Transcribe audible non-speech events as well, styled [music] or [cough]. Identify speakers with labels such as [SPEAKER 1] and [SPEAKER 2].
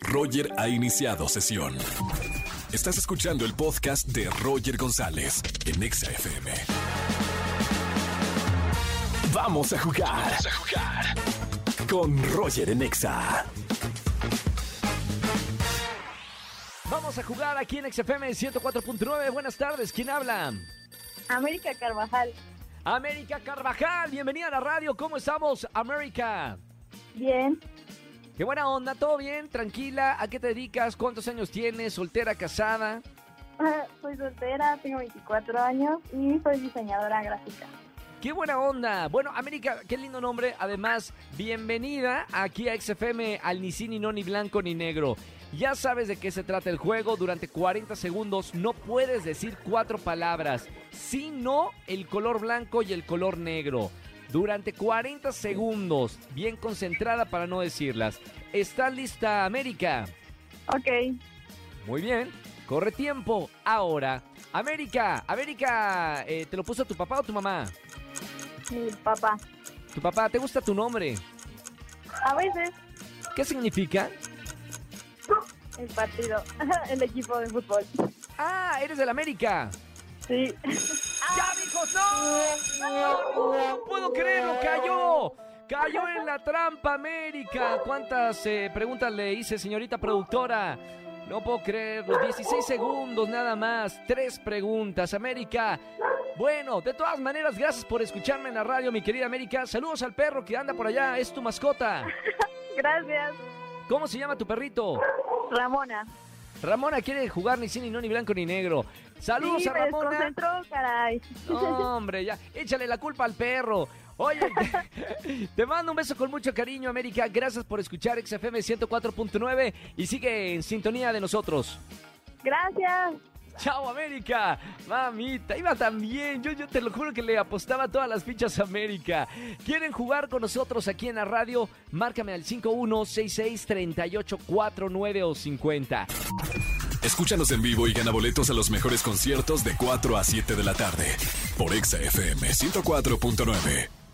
[SPEAKER 1] Roger ha iniciado sesión. Estás escuchando el podcast de Roger González en Exa FM. Vamos a jugar. Vamos a jugar. Con Roger en Exa.
[SPEAKER 2] Vamos a jugar aquí en XFM 104.9. Buenas tardes, ¿quién habla?
[SPEAKER 3] América Carvajal,
[SPEAKER 2] América Carvajal, bienvenida a la radio. ¿Cómo estamos, América?
[SPEAKER 3] bien,
[SPEAKER 2] Qué buena onda, ¿todo bien? ¿Tranquila? ¿A qué te dedicas? ¿Cuántos años tienes? ¿Soltera, casada?
[SPEAKER 3] Ah, soy soltera, tengo 24 años y soy diseñadora gráfica.
[SPEAKER 2] ¡Qué buena onda! Bueno, América, qué lindo nombre. Además, bienvenida aquí a XFM al ni sí, ni no, ni blanco, ni negro. Ya sabes de qué se trata el juego. Durante 40 segundos no puedes decir cuatro palabras, sino el color blanco y el color negro. Durante 40 segundos, bien concentrada para no decirlas. ¿Estás lista, América?
[SPEAKER 3] Ok,
[SPEAKER 2] Muy bien, corre tiempo. Ahora, América, América, eh, ¿te lo puso tu papá o tu mamá?
[SPEAKER 3] mi papá.
[SPEAKER 2] Tu papá, ¿te gusta tu nombre?
[SPEAKER 3] A veces
[SPEAKER 2] ¿Qué significa?
[SPEAKER 3] el partido, [laughs] el equipo de fútbol.
[SPEAKER 2] Ah, eres del América.
[SPEAKER 3] Sí, [laughs]
[SPEAKER 2] ¡Ya, mijos! ¡No! ¡No, no puedo creerlo! ¡Cayó! ¡Cayó en la trampa, América! ¿Cuántas eh, preguntas le hice, señorita productora? No puedo creerlo. 16 segundos nada más. Tres preguntas, América. Bueno, de todas maneras, gracias por escucharme en la radio, mi querida América. Saludos al perro que anda por allá. Es tu mascota.
[SPEAKER 3] gracias.
[SPEAKER 2] ¿Cómo se llama tu perrito?
[SPEAKER 3] Ramona.
[SPEAKER 2] Ramona quiere jugar ni sí, ni no, ni blanco, ni negro. Saludos
[SPEAKER 3] sí,
[SPEAKER 2] a
[SPEAKER 3] me
[SPEAKER 2] Ramona.
[SPEAKER 3] desconcentró, caray.
[SPEAKER 2] No, hombre, ya, échale la culpa al perro. Oye, te, te mando un beso con mucho cariño, América. Gracias por escuchar XFM 104.9 y sigue en sintonía de nosotros.
[SPEAKER 3] Gracias.
[SPEAKER 2] Chao, América. Mamita, iba tan bien. Yo, yo te lo juro que le apostaba todas las fichas a América. ¿Quieren jugar con nosotros aquí en la radio? Márcame al 5166-3849 o 50.
[SPEAKER 1] Escúchanos en vivo y gana boletos a los mejores conciertos de 4 a 7 de la tarde por Exa FM 104.9.